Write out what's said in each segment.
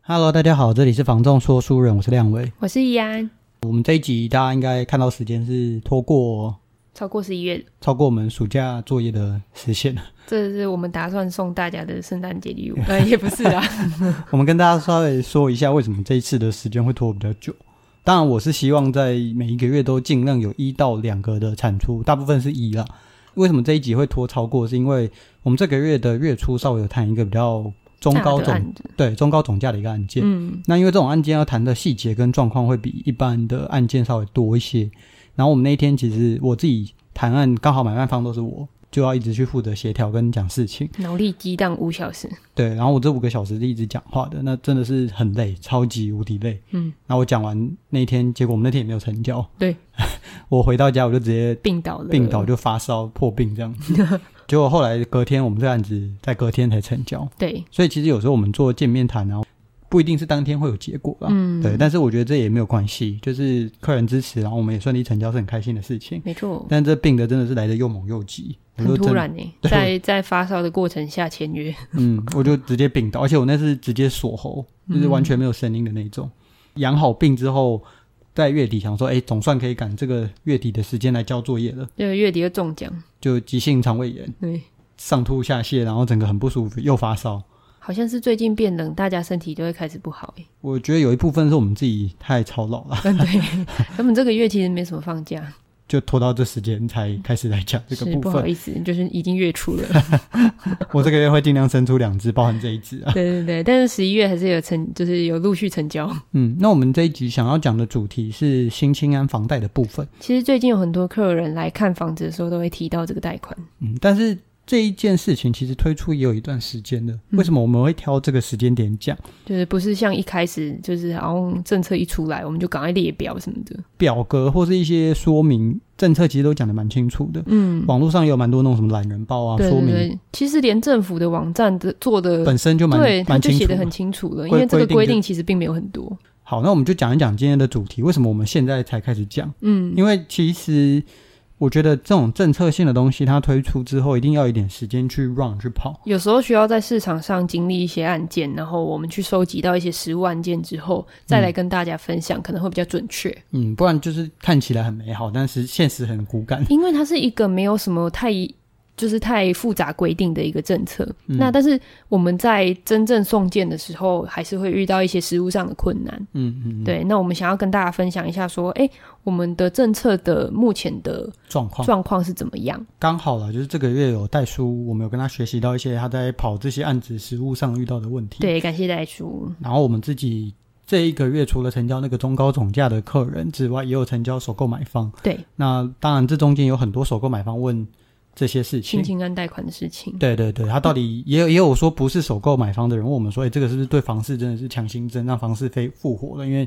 Hello，大家好，这里是房仲说书人，我是亮维。我是易安，我们这一集大家应该看到时间是拖过超过十一月了，超过我们暑假作业的时限 了。这是我们打算送大家的圣诞节礼物。 呃，也不是啦，我们跟大家稍微说一下为什么这一次的时间会拖比较久。当然，我是希望在每一个月都尽量有一到两个的产出，大部分是一啦。为什么这一集会拖超过？是因为我们这个月的月初稍微有谈一个比较 中大高的总案子。对中高总价的一个案件。嗯，那因为这种案件要谈的细节跟状况会比一般的案件稍微多一些。然后我们那一天其实我自己谈案，刚好买卖方都是我，就要一直去负责协调跟讲事情。脑力激荡五小时，对，然后我这五个小时是一直讲话的，那真的是很累，超级无敌累。嗯，那我讲完那一天，结果我们那天也没有成交。对， 我回到家我就直接病倒了，病倒，就发烧破 病这样子。结果后来隔天我们这案子在隔天才成交，对，所以其实有时候我们做见面谈啊，不一定是当天会有结果啦。嗯，对，但是我觉得这也没有关系，就是客人支持，然后我们也顺利成交，是很开心的事情。没错，但这病的真的是来的又猛又急，我很就突真，然呢，对在在发烧的过程下签约，嗯，我就直接病倒，而且我那是直接锁喉，嗯就是完全没有声音的那种。养好病之后，在月底想说，哎，总算可以赶这个月底的时间来交作业了，这个月底又中奖，就急性肠胃炎，对，上吐下泻，然后整个很不舒服，又发烧。好像是最近变冷，大家身体都会开始不好哎。我觉得有一部分是我们自己太操劳 了，嗯，对，他们这个月其实没什么放假，就拖到这时间才开始来讲这个是部不好分。意思，就是已经月初了。我这个月会尽量生出两只，包含这一只啊。对对对，但是十一月还是有成，就是有陆续成交。嗯，那我们这一集想要讲的主题是新青安房贷的部分。其实最近有很多客人来看房子的时候，都会提到这个贷款。嗯，但是这一件事情其实推出也有一段时间了，嗯为什么我们会挑这个时间点讲？就是不是像一开始就是好像政策一出来，我们就赶快列表什么的。表格或是一些说明政策，其实都讲的蛮清楚的。嗯，网络上也有蛮多那种什么懒人包啊，对说对明对，其实连政府的网站的做的，本身就蛮对，他蛮就清写楚的的很。清楚了，因规为这个规定规就定其实并没有很多。好，那我们就讲一讲今天的主题，为什么我们现在才开始讲？嗯，因为其实我觉得这种政策性的东西，它推出之后，一定要有一点时间去 run 去跑。有时候需要在市场上经历一些案件，然后我们去收集到一些实物案件之后，再来跟大家分享，可能会比较准确。嗯，不然就是看起来很美好，但是现实很骨 感。因为它是一个没有什么太就是太复杂规定的一个政策。嗯那但是我们在真正送件的时候，还是会遇到一些实务上的困难。嗯嗯，嗯对，那我们想要跟大家分享一下，说，哎，我们的政策的目前的状况状况是怎么样？刚好了，就是这个月有带书，我们有跟他学习到一些他在跑这些案子实务上遇到的问题。，对，感谢代叔。然后我们自己这一个月除了成交那个中高总价的客人之外，也有成交首购买方。对，那当然，这中间有很多首购买方问这些事新情。青安贷款的事情。对对对，他到底也有也有说不是首购买方的人问我们说，哎，这个是不是对房市真的是强心针，让房市非复活了？因为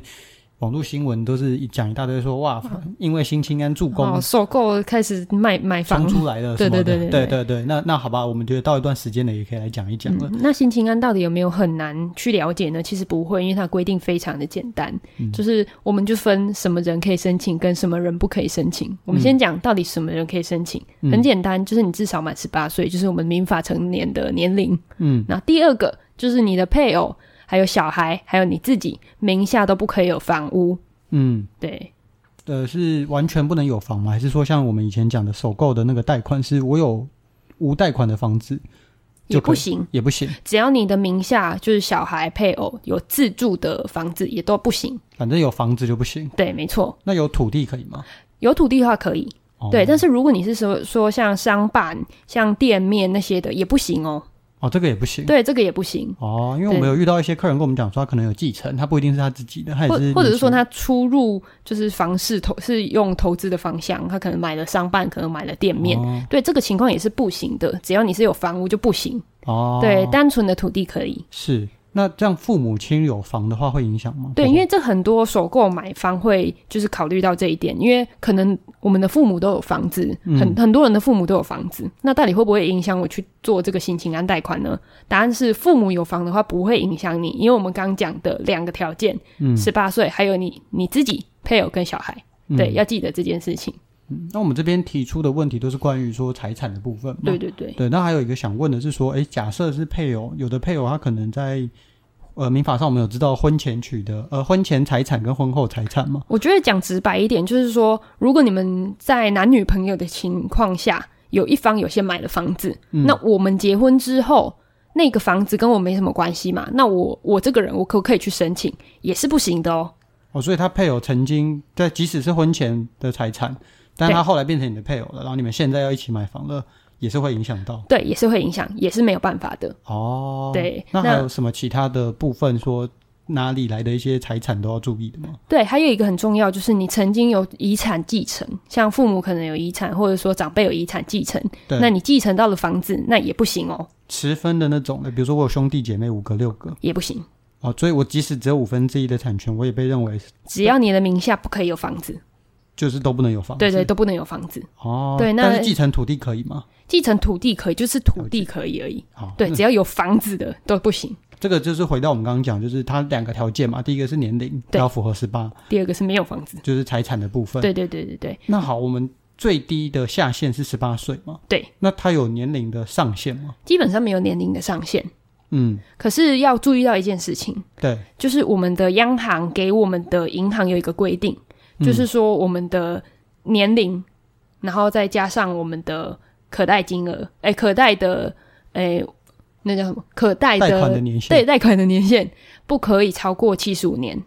网络新闻都是一讲一大堆说，哇，因为新青安助攻哦，首购开始卖买冲房。出来了对什么的，对对对对对那那好吧，我们觉得到一段时间了，也可以来讲一讲了。嗯、那新青安到底有没有很难去了解呢？其实不会，因为它规定非常的简单，嗯就是我们就分什么人可以申请，跟什么人不可以申请。我们先讲到底什么人可以申请，嗯很简单，就是你至少满十八岁，就是我们民法成年的年龄。嗯，那第二个就是你的配偶、还有小孩、还有你自己名下都不可以有房屋。嗯，对，呃，是完全不能有房吗？还是说像我们以前讲的首购的那个贷款，是我有无贷款的房子就也可不以行，也不行，只要你的名下就是小孩、配偶有自住的房子也都不行。反正有房子就不行。对，没错，那有土地可以吗？有土地的话可以。哦对，但是如果你是说说像商办、像店面那些的也不行哦。哦，这个也不行。对，这个也不行。哦，因为我们有遇到一些客人跟我们讲说，他可能有继承，他不一定是他自己的，他也或是或者邻是居说他出入就是房市投是用投资的方向，他可能买了商办，可能买了店面，哦对这个情况也是不行的。只要你是有房屋就不行，哦，对单纯的土地可以。是。那这样父母亲有房的话会影响吗？对，不因会为这很多首购买方会就是考虑到这一点，因为可能我们的父母都有房子，很嗯很多人的父母都有房子，那到底会不会影响我去做这个新情安贷款呢？答案是父母有房的话不会影响你，因为我们刚讲的两个条件，嗯十八岁还有你你自己配偶跟小孩，对，要记得这件事情。嗯那我们这边提出的问题都是关于说财产的部分嘛？对对对，对，那还有一个想问的是说，诶，假设是配偶，有的配偶他可能在呃民法上我们有知道婚前取得呃婚前财产跟婚后财产嘛？我觉得讲直白一点，就是说，如果你们在男女朋友的情况下，有一方有先买了房子，嗯那我们结婚之后，那个房子跟我没什么关系嘛？那我我这个人，我可不可以去申请？也是不行的哦。哦，所以他配偶曾经在即使是婚前的财产，但他后来变成你的配偶了，然后你们现在要一起买房了，也是会影响到对，也是会影响，也是没有办法的。哦。，对，那还有什么其他的部分说哪里来的一些财产都要注意的吗？对，还有一个很重要，就是你曾经有遗产继承，像父母可能有遗产，或者说长辈有遗产继承，对，那你继承到了房子，那也不行哦，持分的那种的，比如说我有兄弟姐妹五个六个也不行。哦，所以我即使只有五分之一的产权，我也被认为只要你的名下不可以有房子，哦就是都不能有房子。对对，都不能有房子。哦，对那但是继承土地可以吗？继承土地可以，就是土地可以而已。好，对，那只要有房子的都不行。这个就是回到我们刚刚讲，就是它两个条件嘛，第一个是年龄对要符合十八，第二个是没有房子。就是财产的部分。，对对对对对，那好，我们最低的下限是十八岁嘛？对，那它有年龄的上限吗？基本上没有年龄的上限。嗯，可是要注意到一件事情，对，就是我们的央行给我们的银行有一个规定，嗯就是说我们的年龄，然后再加上我们的可贷金额，哎，可贷的，哎，那叫什么？可贷贷款的的年限，哎对，贷款的年限不可以超过七十五年。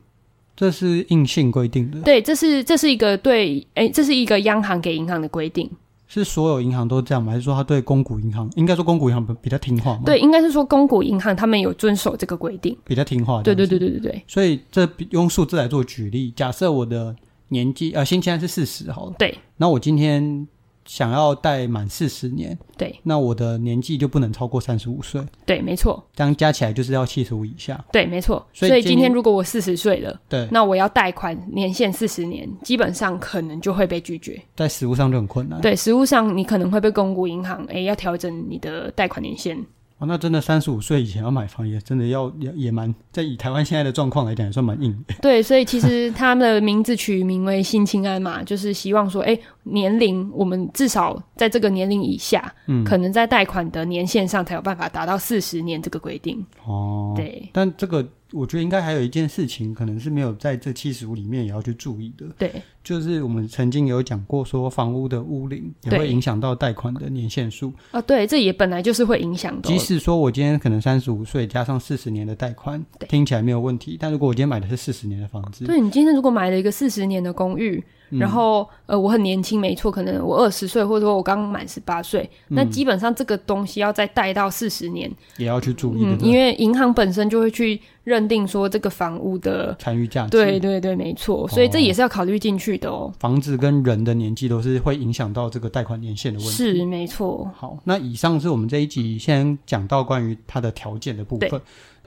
这是硬性规定的，对，这是这是一个对，哎，这是一个央行给银行的规定。是所有银行都这样吗？还是说它对公股银行，应该说公股银行比较听话吗？，对，应该是说公股银行他们有遵守这个规定。比较听话。对对。对对对对所以这比用数字来做举例，假设我的年纪呃，现在是四十好了。对那我今天想要贷满四十年，对那我的年纪就不能超过三十五岁，对，没错，这样加起来就是要七十五以下。对没错。所所以以今今天天如果我四十岁了，对，那我要贷款年限四十年，基本上可能就会被拒绝。在实物上就很困难。对，实物上你可能会被公股银行哎要调整你的贷款年限。哦，那真的三十五岁以前要买房，也真的要也也蛮，在以台湾现在的状况来讲，也算蛮硬的。对，所以其实他们的名字取名为“新青安”嘛，就是希望说，哎，年龄我们至少在这个年龄以下，嗯可能在贷款的年限上才有办法达到四十年这个规定。哦，。对但这个我觉得应该还有一件事情，可能是没有在这七十五里面也要去注意的，对就是我们曾经有讲过说，房屋的屋龄也对会影响到贷款的年限数。啊，对，这也本来就是会影响的哦、即使说我今天可能三十五岁加上四十年的贷款，对听起来没有问题。但如果我今天买的是四十年的房子，对你今天如果买了一个四十年的公寓，嗯然后呃，我很年轻，没错，可能我二十岁，或者说我刚满十八岁，嗯那基本上这个东西要再贷到四十年，也要去注意嗯的，因为银行本身就会去认定说这个房屋的，参与价值。对，对对，没错，所以哦这也是要考虑进去的哦。房子跟人的年纪都是会影响到这个贷款年限的问题。是没错，好，那以上是我们这一集先讲到关于它的条件的部分。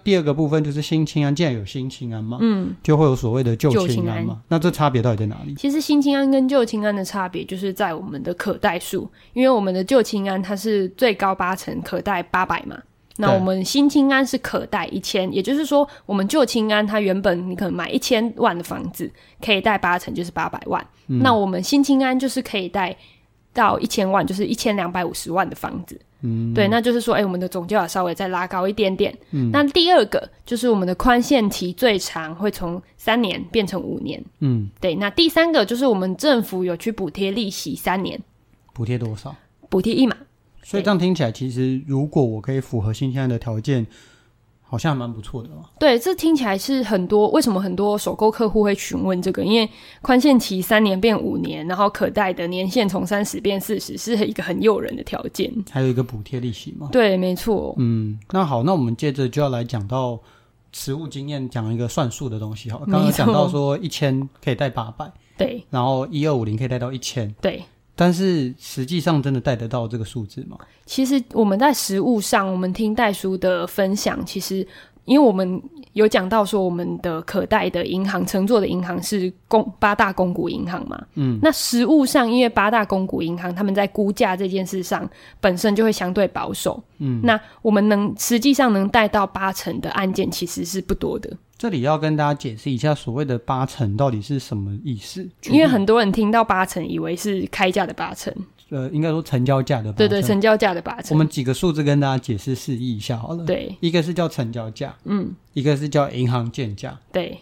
第二个部分就是新青安，既然有新青安嘛，嗯，就会有所谓的旧旧青青安安嘛。那这差别到底在哪里？其实新青安跟旧青安的差别就是在我们的可贷数，因为我们的旧青安它是最高八成可贷八百嘛，那对我们新青安是可贷一千，也就是说我们旧青安它原本你可能买一千万的房子，可以贷八成就是八百万，那我们新青安就是可以贷到一千万，就是一千两百五十万的房子。嗯，对，那就是说，哎、我们的总价稍微再拉高一点点。嗯，那第二个就是我们的宽限期最长会从三年变成五年。嗯，对，那第三个就是我们政府有去补贴利息三年，补贴多少？补贴一码。所以这样听起来，其实如果我可以符合新青安的条件，好像还蛮不错的嘛。对，这听起来是很多为什么很多首购客户会询问这个？因为宽限期三年变五年，然后可贷的年限从三十变四十，是一个很诱人的条件。还有一个补贴利息嘛。对，没错。嗯，那好，那我们接着就要来讲到实物经验，讲一个算术的东西好了。刚刚没错讲到说一千可以贷八百，对然后一二五零可以贷到一千，对，但是实际上真的贷得到这个数字吗？其实我们在实物上，我们听戴叔的分享，其实因为我们有讲到说，我们的可贷的银行乘坐的银行是公八大公股银行嘛，嗯，那实物上，因为八大公股银行他们在估价这件事上本身就会相对保守，嗯，那我们能实际上能贷到八成的案件其实是不多的，这里要跟大家解释一下所谓的八成到底是什么意思，举因为例很多人听到八成以为是开价的八成，呃，应该说成交价的八对对，成成交价的八我成，们几个数字跟大家解释示意一下好了。，对一个是叫成交价，嗯，一个是叫银行建价。对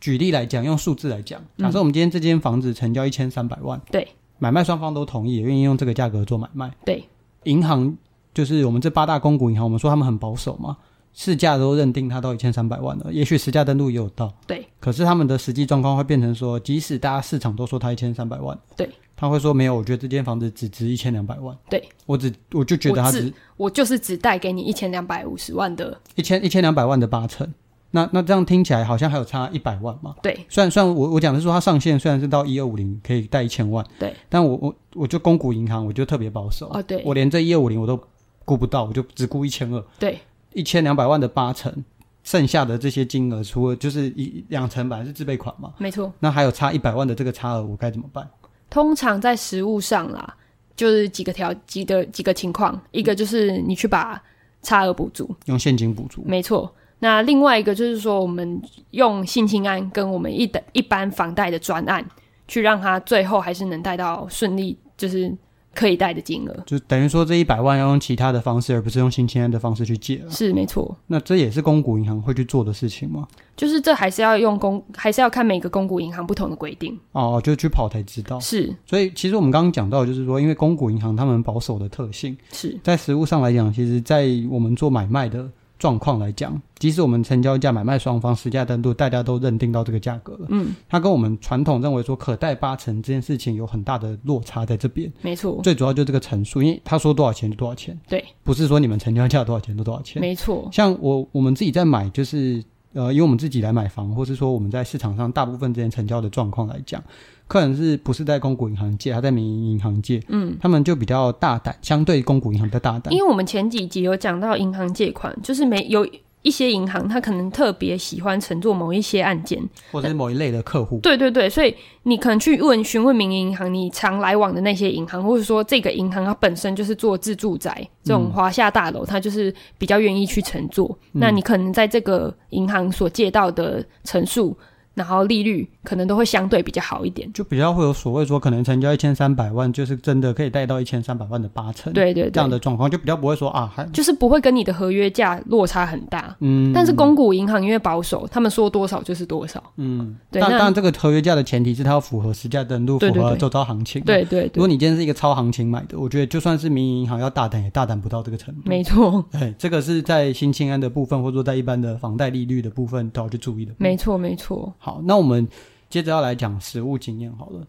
举例来讲，用数字来讲，假设我们今天这间房子成交一千三百万，嗯对，买卖双方都同意，也愿意用这个价格做买卖。对，银行就是我们这八大公股银行，我们说他们很保守嘛，市价都认定它到一千三百万了，也许实价登录也有到，对，可是他们的实际状况会变成说，即使大家市场都说它一千三百万，对，他会说没有，我觉得这间房子只值一千两百万，对我只我就觉得它我值我就是只贷给你一千两百五十万的，一千一千两百万的八成，那那这样听起来好像还有差一百万嘛？对虽然虽然我我讲的是说它上限虽然是到一二五零可以贷一千万，对，但我我我就公股银行我就特别保守，哦对我连这一二五零我都估不到，我就只估一千二，对一千两百万的八成，剩下的这些金额除了就是一两成本来是自备款嘛，没错。那还有差一百万的这个差额我该怎么办？通常在实物上啦，就是几个条几个几个情况，一个就是你去把差额补足，用现金补足，没错。那另外一个就是说，我们用性侵案跟我们一的一般房贷的专案，去让他最后还是能贷到顺利，就是可以贷的金额，就等于说这一百万要用其他的方式，而不是用新签的方式去借了。是没错。那这也是公股银行会去做的事情吗？就是这还是要用公，还是要看每个公股银行不同的规定，哦，就去跑才知道。是所以其实我们刚刚讲到，就是说，因为公股银行他们保守的特性，是，在实物上来讲，其实在我们做买卖的状况来讲，即使我们成交价、买卖双方实价登录，大家都认定到这个价格了，嗯，它跟我们传统认为说可贷八成这件事情有很大的落差在这边。没错，最主要就是这个陈述，因为他说多少钱就多少钱，对，不是说你们成交价多少钱就多少钱。没错，像我我们自己在买，就是呃，因为我们自己来买房，或是说我们在市场上大部分之间成交的状况来讲，客人是不是在公股银行借，他在民营银行借，嗯。他们就比较大胆，相对公股银行比较大胆因。为我们前几集有讲到银行借款，就是没有一些银行，它可能特别喜欢乘坐某一些案件。或者是某一类的客户，对对对，所以你可能去问询问民营银行，你常来往的那些银行，或者说这个银行它本身就是做自住宅这嗯种华夏大楼，它就是比较愿意去乘坐。那你可能在这个银行所借到的乘数，然后利率可能都会相对比较好一点。就比较会有所谓说，可能成交一千三百万，就是真的可以贷到一千三百万的八成，对对嗯这样对，的状况，就比较不会说啊，还就是不会跟你的合约价落差很大。嗯，但是公股银行因为保守，他们说多少就是多少。嗯，对但那但这个合约价的前提是它要符合实价登录，对符对合对周遭行情，对对如对果，你今天是一个超行情买的，我觉得就算是民营银行要大胆，也大胆不到这个程度。没错，哎，这个是在新清安的部分，或者说在一般的房贷利率的部分都要去注意的。没错，没错。好，那我们接着要来讲实物经验好了。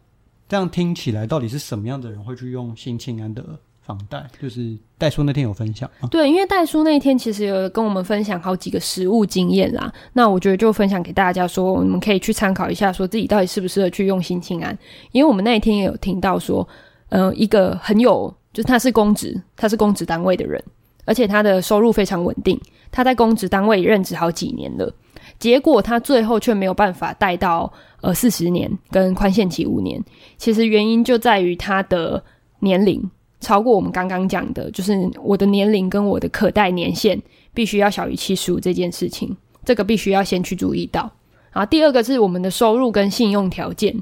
这样听起来，到底是什么样的人会去用新清安的房贷？就是戴叔那天有分享吗？对，因为戴叔那一天其实有跟我们分享好几个实物经验啦，那我觉得就分享给大家说，你们可以去参考一下，说自己到底适不适合去用新庆安。因为我们那一天也有听到说，呃，一个很有，就是他是公职，他是公职单位的人，而且他的收入非常稳定，他在公职单位任职好几年了，结果他最后却没有办法贷到呃四十年跟宽限期五年，其实原因就在于他的年龄。超过我们刚刚讲的，就是我的年龄跟我的可贷年限必须要小于七十五这件事情，这个必须要先去注意到。然后第二个是我们的收入跟信用条件，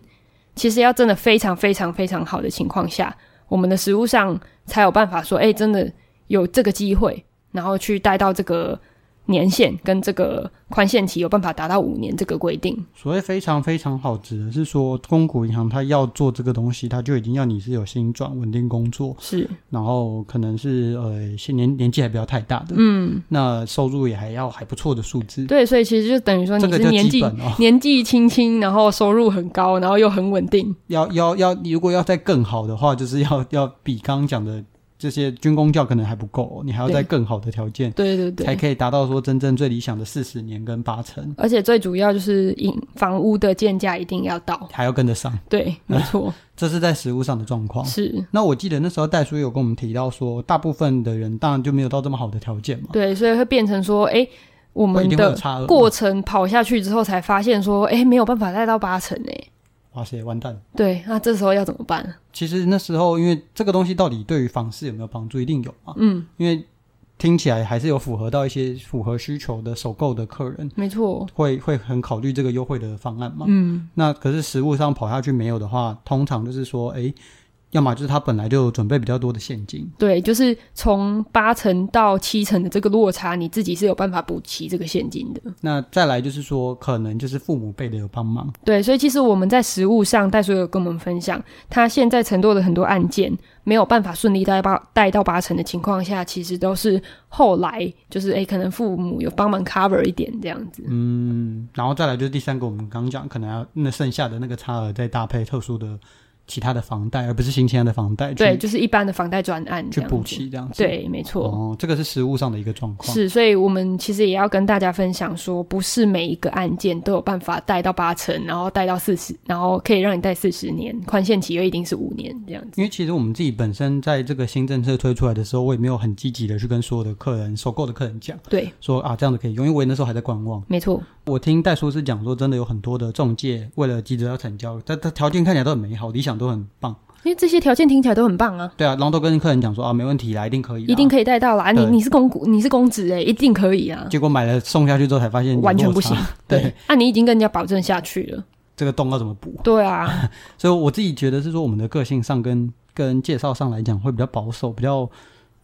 其实要真的非常非常非常好的情况下，我们的实物上才有办法说，哎，真的有这个机会，然后去贷到这个年限跟这个宽限期有办法达到五年这个规定。所谓非常非常好，指的是说，中国银行它要做这个东西，它就已经要你是有薪转、稳定工作，是，然后可能是呃现年年纪还不要太大的，嗯，那收入也还要还不错的数字，对，所以其实就等于说这你个是就年基纪、本哦。年纪轻轻，然后收入很高，然后又很稳定。要要要，如果要再更好的话，就是 要要比刚刚讲的这些军工教可能还不够，哦你还要对再更好的条件，对对对。才可以达到说真正最理想的四十年跟八成，而且最主要就是银房屋的建价一定要到，还要跟得上。对，没错，这是在实物上的状况。是那我记得那时候戴叔有跟我们提到说，大部分的人当然就没有到这么好的条件嘛，对，所以会变成说，哎、我会们一定会有的差额嘛。过程跑下去之后才发现说，哎、没有办法带到八成哎、哇塞，完蛋！对，那这时候要怎么办？其实那时候因为这个东西到底对于房市有没有帮助，一定有嘛，嗯，因为听起来还是有符合到一些符合需求的首购的客人。没错，会会很考虑这个优惠的方案嘛？嗯，那可是实物上跑下去没有的话，通常就是说，哎，要么就是他本来就有准备比较多的现金，对，就是从八成到七成的这个落差，你自己是有办法补齐这个现金的。那再来就是说，可能就是父母辈的有帮忙，对，所以其实我们在实物上，戴叔有跟我们分享，他现在承诺的很多案件没有办法顺利带八带到八成的情况下，其实都是后来就是诶，可能父母有帮忙 cover 一点这样子。嗯，然后再来就是第三个，我们刚刚讲，可能要那剩下的那个差额再搭配特殊的其他的房贷，而不是新签的房贷对，去就是一般的房贷专案这去样补子。齐这样子。，对，没错。哦，这个是实物上的一个状况。是，所以我们其实也要跟大家分享说，不是每一个案件都有办法贷到八成，然后贷到四十，然后可以让你贷四十年，宽限期又一定是五年这样子。因为其实我们自己本身在这个新政策推出来的时候，我也没有很积极的去跟所有的客人、首购的客人讲对，说啊这样子可以用，因为我那时候还在观望。没错，我听戴叔是讲说，真的有很多的中介为了急着要成交，他他条件看起来都很美好，理想都很棒，因为这些条件听起来都很棒啊，对啊，然后都跟客人讲说啊没问题啦，一定可以啦，一定可以贷到啦。啊你对你是公股，你是公职哎、一定可以啊，结果买了送下去之后才发现有啊完全落不 差行。对，，那、你已经跟人家保证下去了。这个洞要怎么补？对 啊，所以我自己觉得是说，我们的个性上跟跟介绍上来讲会比较保守，比较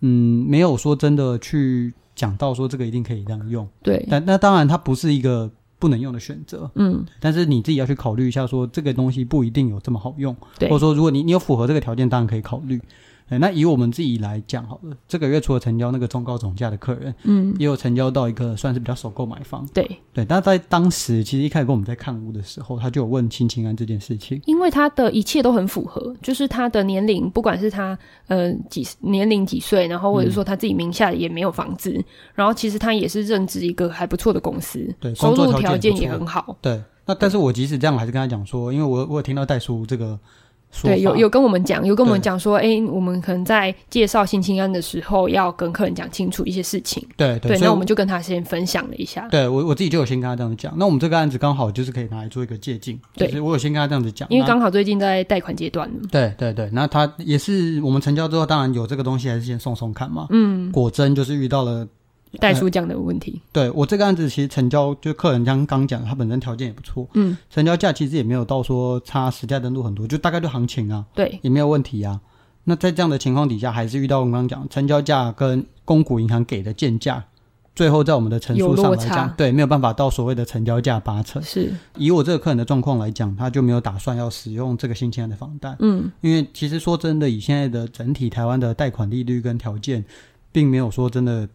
嗯，没有说真的去讲到说这个一定可以让用。对，但那当然，它不是一个不能用的选择，嗯，但是你自己要去考虑一下说这个东西不一定有这么好用，对或者说如果你你有符合这个条件，当然可以考虑。哎，那以我们自己来讲好了，这个月除了成交那个中高总价的客人，嗯，也有成交到一个算是比较首购买方，对，对，但在当时其实一开始跟我们在看屋的时候，他就有问亲情安这件事情。因为他的一切都很符合，就是他的年龄，不管是他呃几年龄几岁，然后或者嗯说他自己名下也没有房子，然后其实他也是任职一个还不错的公司，对收工入作条条件件也不也错很好，对，那但是我即使这样，我还是跟他讲说，因为我我有听到戴叔这个说法，对，有有跟我们讲，有跟我们对讲说，哎，我们可能在介绍新青安的时候，要跟客人讲清楚一些事情，对对，对，所以那我们就跟他先分享了一下，对我我自己就有先跟他这样子讲。那我们这个案子刚好就是可以拿来做一个借鉴，对就是我有先跟他这样子讲，因为那刚好最近在贷款阶段呢，对对对，那他也是我们成交之后，当然有这个东西，还是先送送看嘛。嗯，果真就是遇到了，代叔讲的问题，对我这个案子其实成交，就客人刚刚讲，他本身条件也不错，嗯，成交价其实也没有到说差实价登录很多，就大概就行情啊，对，也没有问题啊。那在这样的情况底下，还是遇到我们刚刚讲成交价跟公股银行给的建价，最后在我们的陈述有上落来差讲，对，没有办法到所谓的成交价八成。是，以我这个客人的状况来讲，他就没有打算要使用这个新签的房贷。嗯，因为其实说真的，以现在的整体台湾的贷款利率跟条件，并没有说真的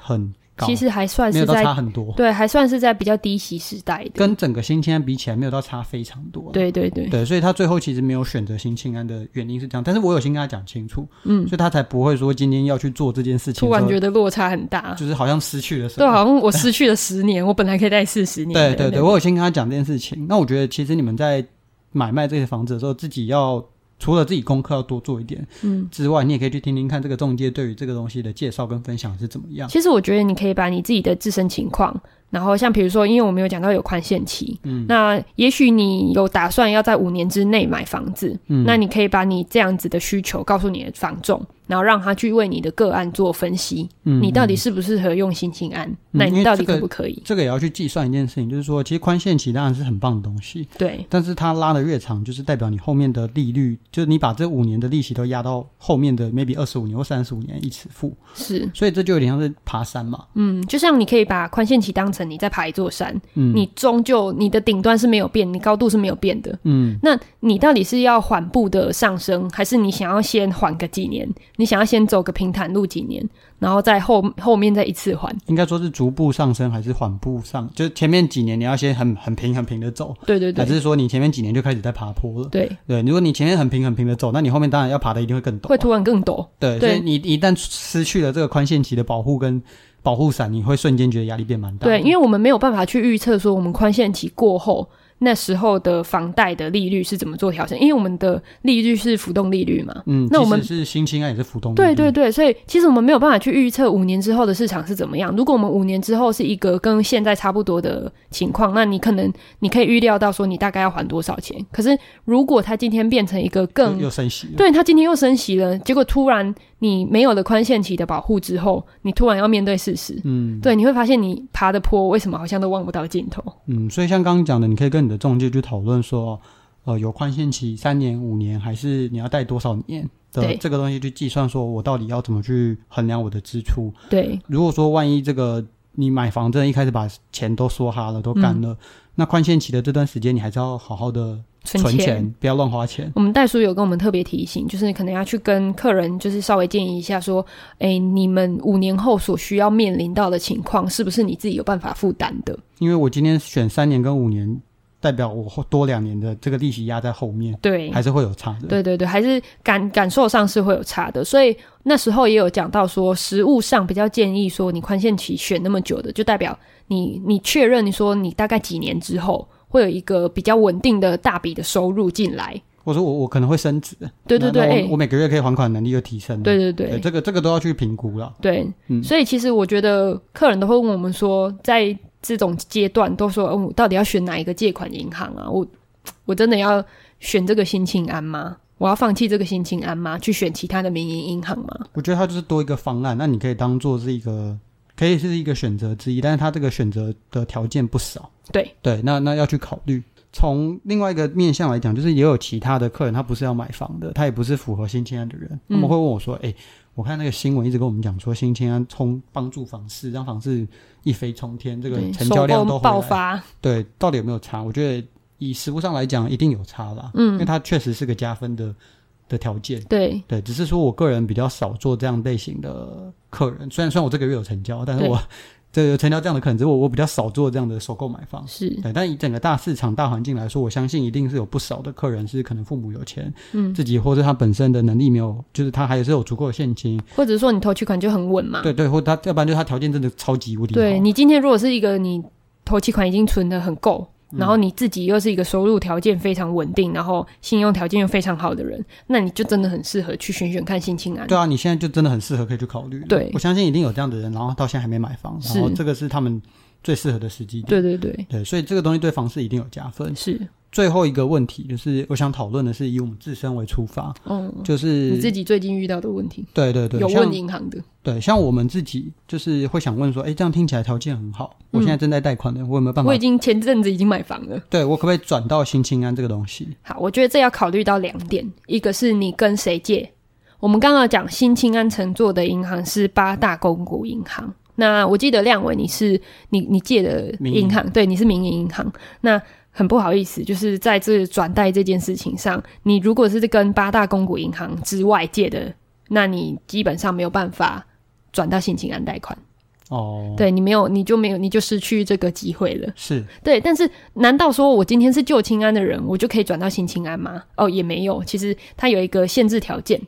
很高，其实还算没有是到在差很多，对，还算是在比较低息时代的。跟整个新青安比起来，没有到差非常多、，对对对，对，所以他最后其实没有选择新青安的原因是这样，但是我有先跟他讲清楚，嗯，所以他才不会说今天要去做这件事情突的时然候，觉得落差很大，就是好像失去了什对，么。好像我失去了十年，我本来可以贷四十年的。对对对，我有先跟他讲这件事情。那我觉得其实你们在买卖这些房子的时候，自己要除了自己功课要多做一点嗯。之外，你也可以去听听看这个中介对于这个东西的介绍跟分享是怎么样。其实我觉得你可以把你自己的自身情况，然后像比如说，因为我们有讲到有宽限期，嗯，那也许你有打算要在五年之内买房子，嗯，那你可以把你这样子的需求告诉你的房仲，然后让他去为你的个案做分析，嗯你到底适不适合用新青安，那因为你到底这个可不可以？嗯这个也要去计算一件事情，就是说，其实宽限期当然是很棒的东西，对，但是它拉的越长，就是代表你后面的利率，就是你把这五年的利息都压到后面的 maybe 二十五年或三十五年一起付，是，所以这就有点像是爬山嘛。嗯，就像你可以把宽限期当成你在爬一座山，嗯，你终究你的顶端是没有变，你高度是没有变的。嗯，那你到底是要缓步的上升，还是你想要先缓个几年？你想要先走个平坦路几年，然后再后后面再一次缓？应该说是逐步上升还是缓步上？就是前面几年你要先很很平很平的走，对对还对，是说你前面几年就开始在爬坡了？对，对，如果你前面很平很平的走，那你后面当然要爬的一定会更陡啊、会突然更陡。对，对所以你一旦失去了这个宽限期的保护跟保护伞，你会瞬间觉得压力变蛮大的。对，因为我们没有办法去预测说我们宽限期过后那时候的房贷的利率是怎么做调整，因为我们的利率是浮动利率嘛。嗯，那即我们使是新青安也是浮动利嗯对率，对对，所以其实我们没有办法去预测五年之后的市场是怎么样。如果我们五年之后是一个跟现在差不多的情况，那你可能你可以预料到说你大概要还多少钱。可是如果它今天变成一个更又又升息了。对它今天又升息了，结果突然你没有了宽限期的保护之后，你突然要面对事实，嗯对，你会发现你爬的坡为什么好像都望不到尽头？嗯，所以像刚刚讲的，你可以跟你的中介去讨论说，呃，有宽限期三年、五年，还是你要贷多少年的对这个东西去计算，说我到底要怎么去衡量我的支出。对，如果说万一这个你买房真的一开始把钱都梭哈了，都嗯干了，那宽限期的这段时间，你还是要好好的存存钱钱，不要乱花钱。我们代书有跟我们特别提醒，就是可能要去跟客人就是稍微建议一下，说，哎，你们五年后所需要面临到的情况，是不是你自己有办法负担的？因为我今天选三年跟五年，代表我后多两年的这个利息压在后面，对，还是会有差的。对对对，还是感感受上是会有差的。所以那时候也有讲到说，实物上比较建议说，你宽限期选那么久的，就代表你你确认你说你大概几年之后会有一个比较稳定的大笔的收入进来。我说我我可能会升值，对对那对，那我、哎我，每个月可以还款能力又提升了。对对对，这个这个都要去评估了。对，嗯所以其实我觉得客人都会问我们说，在这种阶段都说，嗯，我到底要选哪一个借款银行啊？我我真的要选这个新庆安吗？我要放弃这个新庆安吗？去选其他的民营银行吗？我觉得它就是多一个方案，那你可以当做是一个，可以是一个选择之一，但是它这个选择的条件不少。对对，那那要去考虑。从另外一个面向来讲，就是也有其他的客人，他不是要买房的，他也不是符合新青安的人，他嗯们会问我说：“哎、我看那个新闻一直跟我们讲说，新青安冲帮助房市，让房市一飞冲天，这个对，成首交量购都爆回来发，对，到底有没有差？我觉得以实物上来讲，一定有差啦，因为嗯，它确实是个加分的的条件。对对，只是说我个人比较少做这样类型的客人，虽然虽然我这个月有成交，但是对我这有成交这样的客人，只是我我比较少做这样的首购买房。是，对，但以整个大市场大环境来说，我相信一定是有不少的客人是可能父母有钱，嗯，自己或者他本身的能力没有，就是他还是有足够的现金，或者说你投期款就很稳嘛，对对，或他要不然就是他条件真的超级无敌好，对你今天如果是一个你投期款已经存的很够，嗯然后你自己又是一个收入条件非常稳定，然后信用条件又非常好的人，那你就真的很适合去选选看新青安。对啊，你现在就真的很适合可以去考虑了。对我相信一定有这样的人，然后到现在还没买房，然后是这个是他们最适合的时机点。对对对，对，所以这个东西对房市一定有加分。是，最后一个问题就是，我想讨论的是以我们自身为出发，嗯，就是你自己最近遇到的问题，对对对，有像问银行的，对，像我们自己就是会想问说，哎，这样听起来条件很好，我现在正在贷款的，我有没有办嗯法我已？经前阵子已经买房了。对我可不可以转到新青安这个东西？好，我觉得这要考虑到两点，一个是你跟谁借。我们刚刚有讲新青安乘坐的银行是八大公股银行，那我记得亮伟你是你你借的银行，对，你是民营银行。那很不好意思，就是在这转贷这件事情上，你如果是跟八大公股银行之外借的，那你基本上没有办法转到新青安贷款，哦，对你没有，你就没有，你就失去这个机会了。是，对，但是难道说我今天是旧清安的人，我就可以转到新清安吗？哦，也没有，其实它有一个限制条件，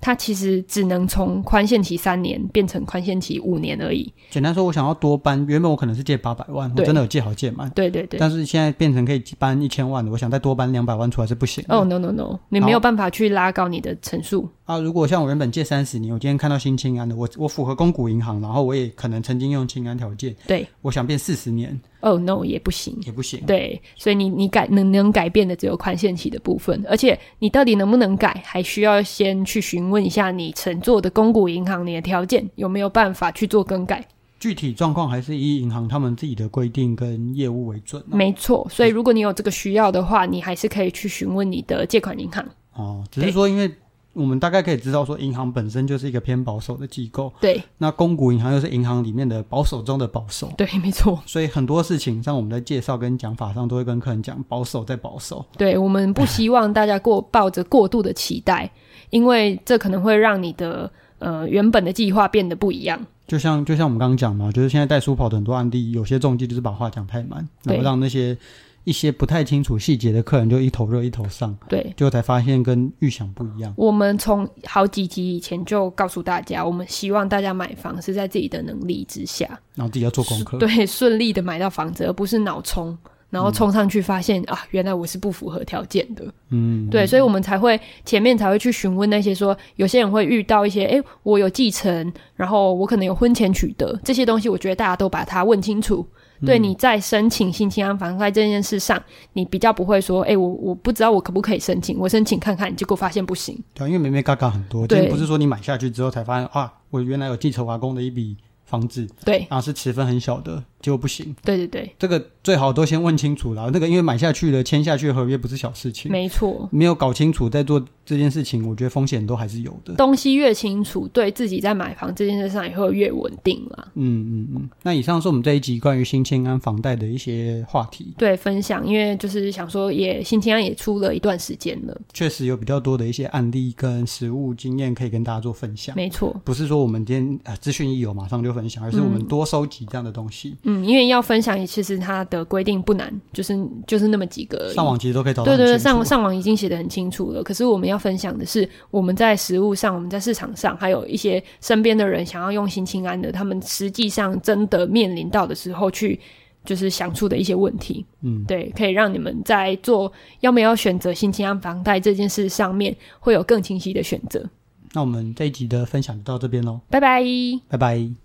它其实只能从宽限期三年变成宽限期五年而已。简单说，我想要多搬，原本我可能是借八百万，我对真的有借好借满，对对对。但是现在变成可以搬一千万的，我想再多搬两百万出来是不行的。哦、no no no，你没有办法去拉高你的层数。啊，如果像我原本借三十年，我今天看到新清安的，我我符合公股银行，然后我也可能曾经用清安条件，对，我想变四十年哦、no 也不行。也不行。对，所以你你改能能改变的只有宽限期的部分，而且你到底能不能改，还需要先去询问一下你乘坐的公股银行你的条件有没有办法去做更改。具体状况还是以银行他们自己的规定跟业务为准、啊。没错，所以如果你有这个需要的话，你还是可以去询问你的借款银行。哦，只是说，因为我们大概可以知道说，银行本身就是一个偏保守的机构，对 那公股银行又是银行里面的保守中的保守，对，没错。所以很多事情像我们在介绍跟讲法上，都会跟客人讲保守再保守。对我们不希望大家过抱着过度的期待，因为这可能会让你的呃原本的计划变得不一样。就像就像我们刚刚讲嘛，就是现在带书跑的很多案例，有些中介就是把话讲太满，然对后让那些一些不太清楚细节的客人就一头热一头上，对就才发现跟预想不一样。我们从好几集以前就告诉大家，我们希望大家买房是在自己的能力之下，然后自己要做功课，对，顺利的买到房子，而不是脑冲，然后冲上去发现、啊，原来我是不符合条件的。嗯，对，所以我们才会前面才会去询问那些说，有些人会遇到一些，诶，我有继承，然后我可能有婚前取得这些东西，我觉得大家都把它问清楚。对你在申请新青安房贷这件事上，你比较不会说，诶，我我不知道我可不可以申请，我申请看看，结果发现不行。对，因为美美嘎嘎很多，今对天不是说你买下去之后才发现啊，我原来有继承阿公的一笔房子，对，啊是持分很小的，结果不行。对对对，这个最好都先问清楚啦。那个因为买下去了，签下去的合约不是小事情，没错。没有搞清楚在做这件事情，我觉得风险都还是有的。东西越清楚，对自己在买房这件事上也会越稳定啦。嗯嗯嗯。那以上是我们这一集关于新签安房贷的一些话题，对，分享，因为就是想说也，新青安也出了一段时间了，确实有比较多的一些案例跟实务经验可以跟大家做分享。没错。不是说我们今天啊资讯一有马上就分享，而是我们多收集这样的东西，嗯，因为要分享，其实它的规定不难，就是就是那么几个而已上网其实都可以找到对很对清楚。对，上上网已经写的很清楚了。可是我们要分享的是，我们在实物上，我们在市场上，还有一些身边的人想要用新清安的，他们实际上真的面临到的时候去。就是想出的一些问题，嗯，对，可以让你们在做要不要选择新清安房贷这件事上面会有更清晰的选择。那我们这一集的分享就到这边喽，拜拜。拜拜。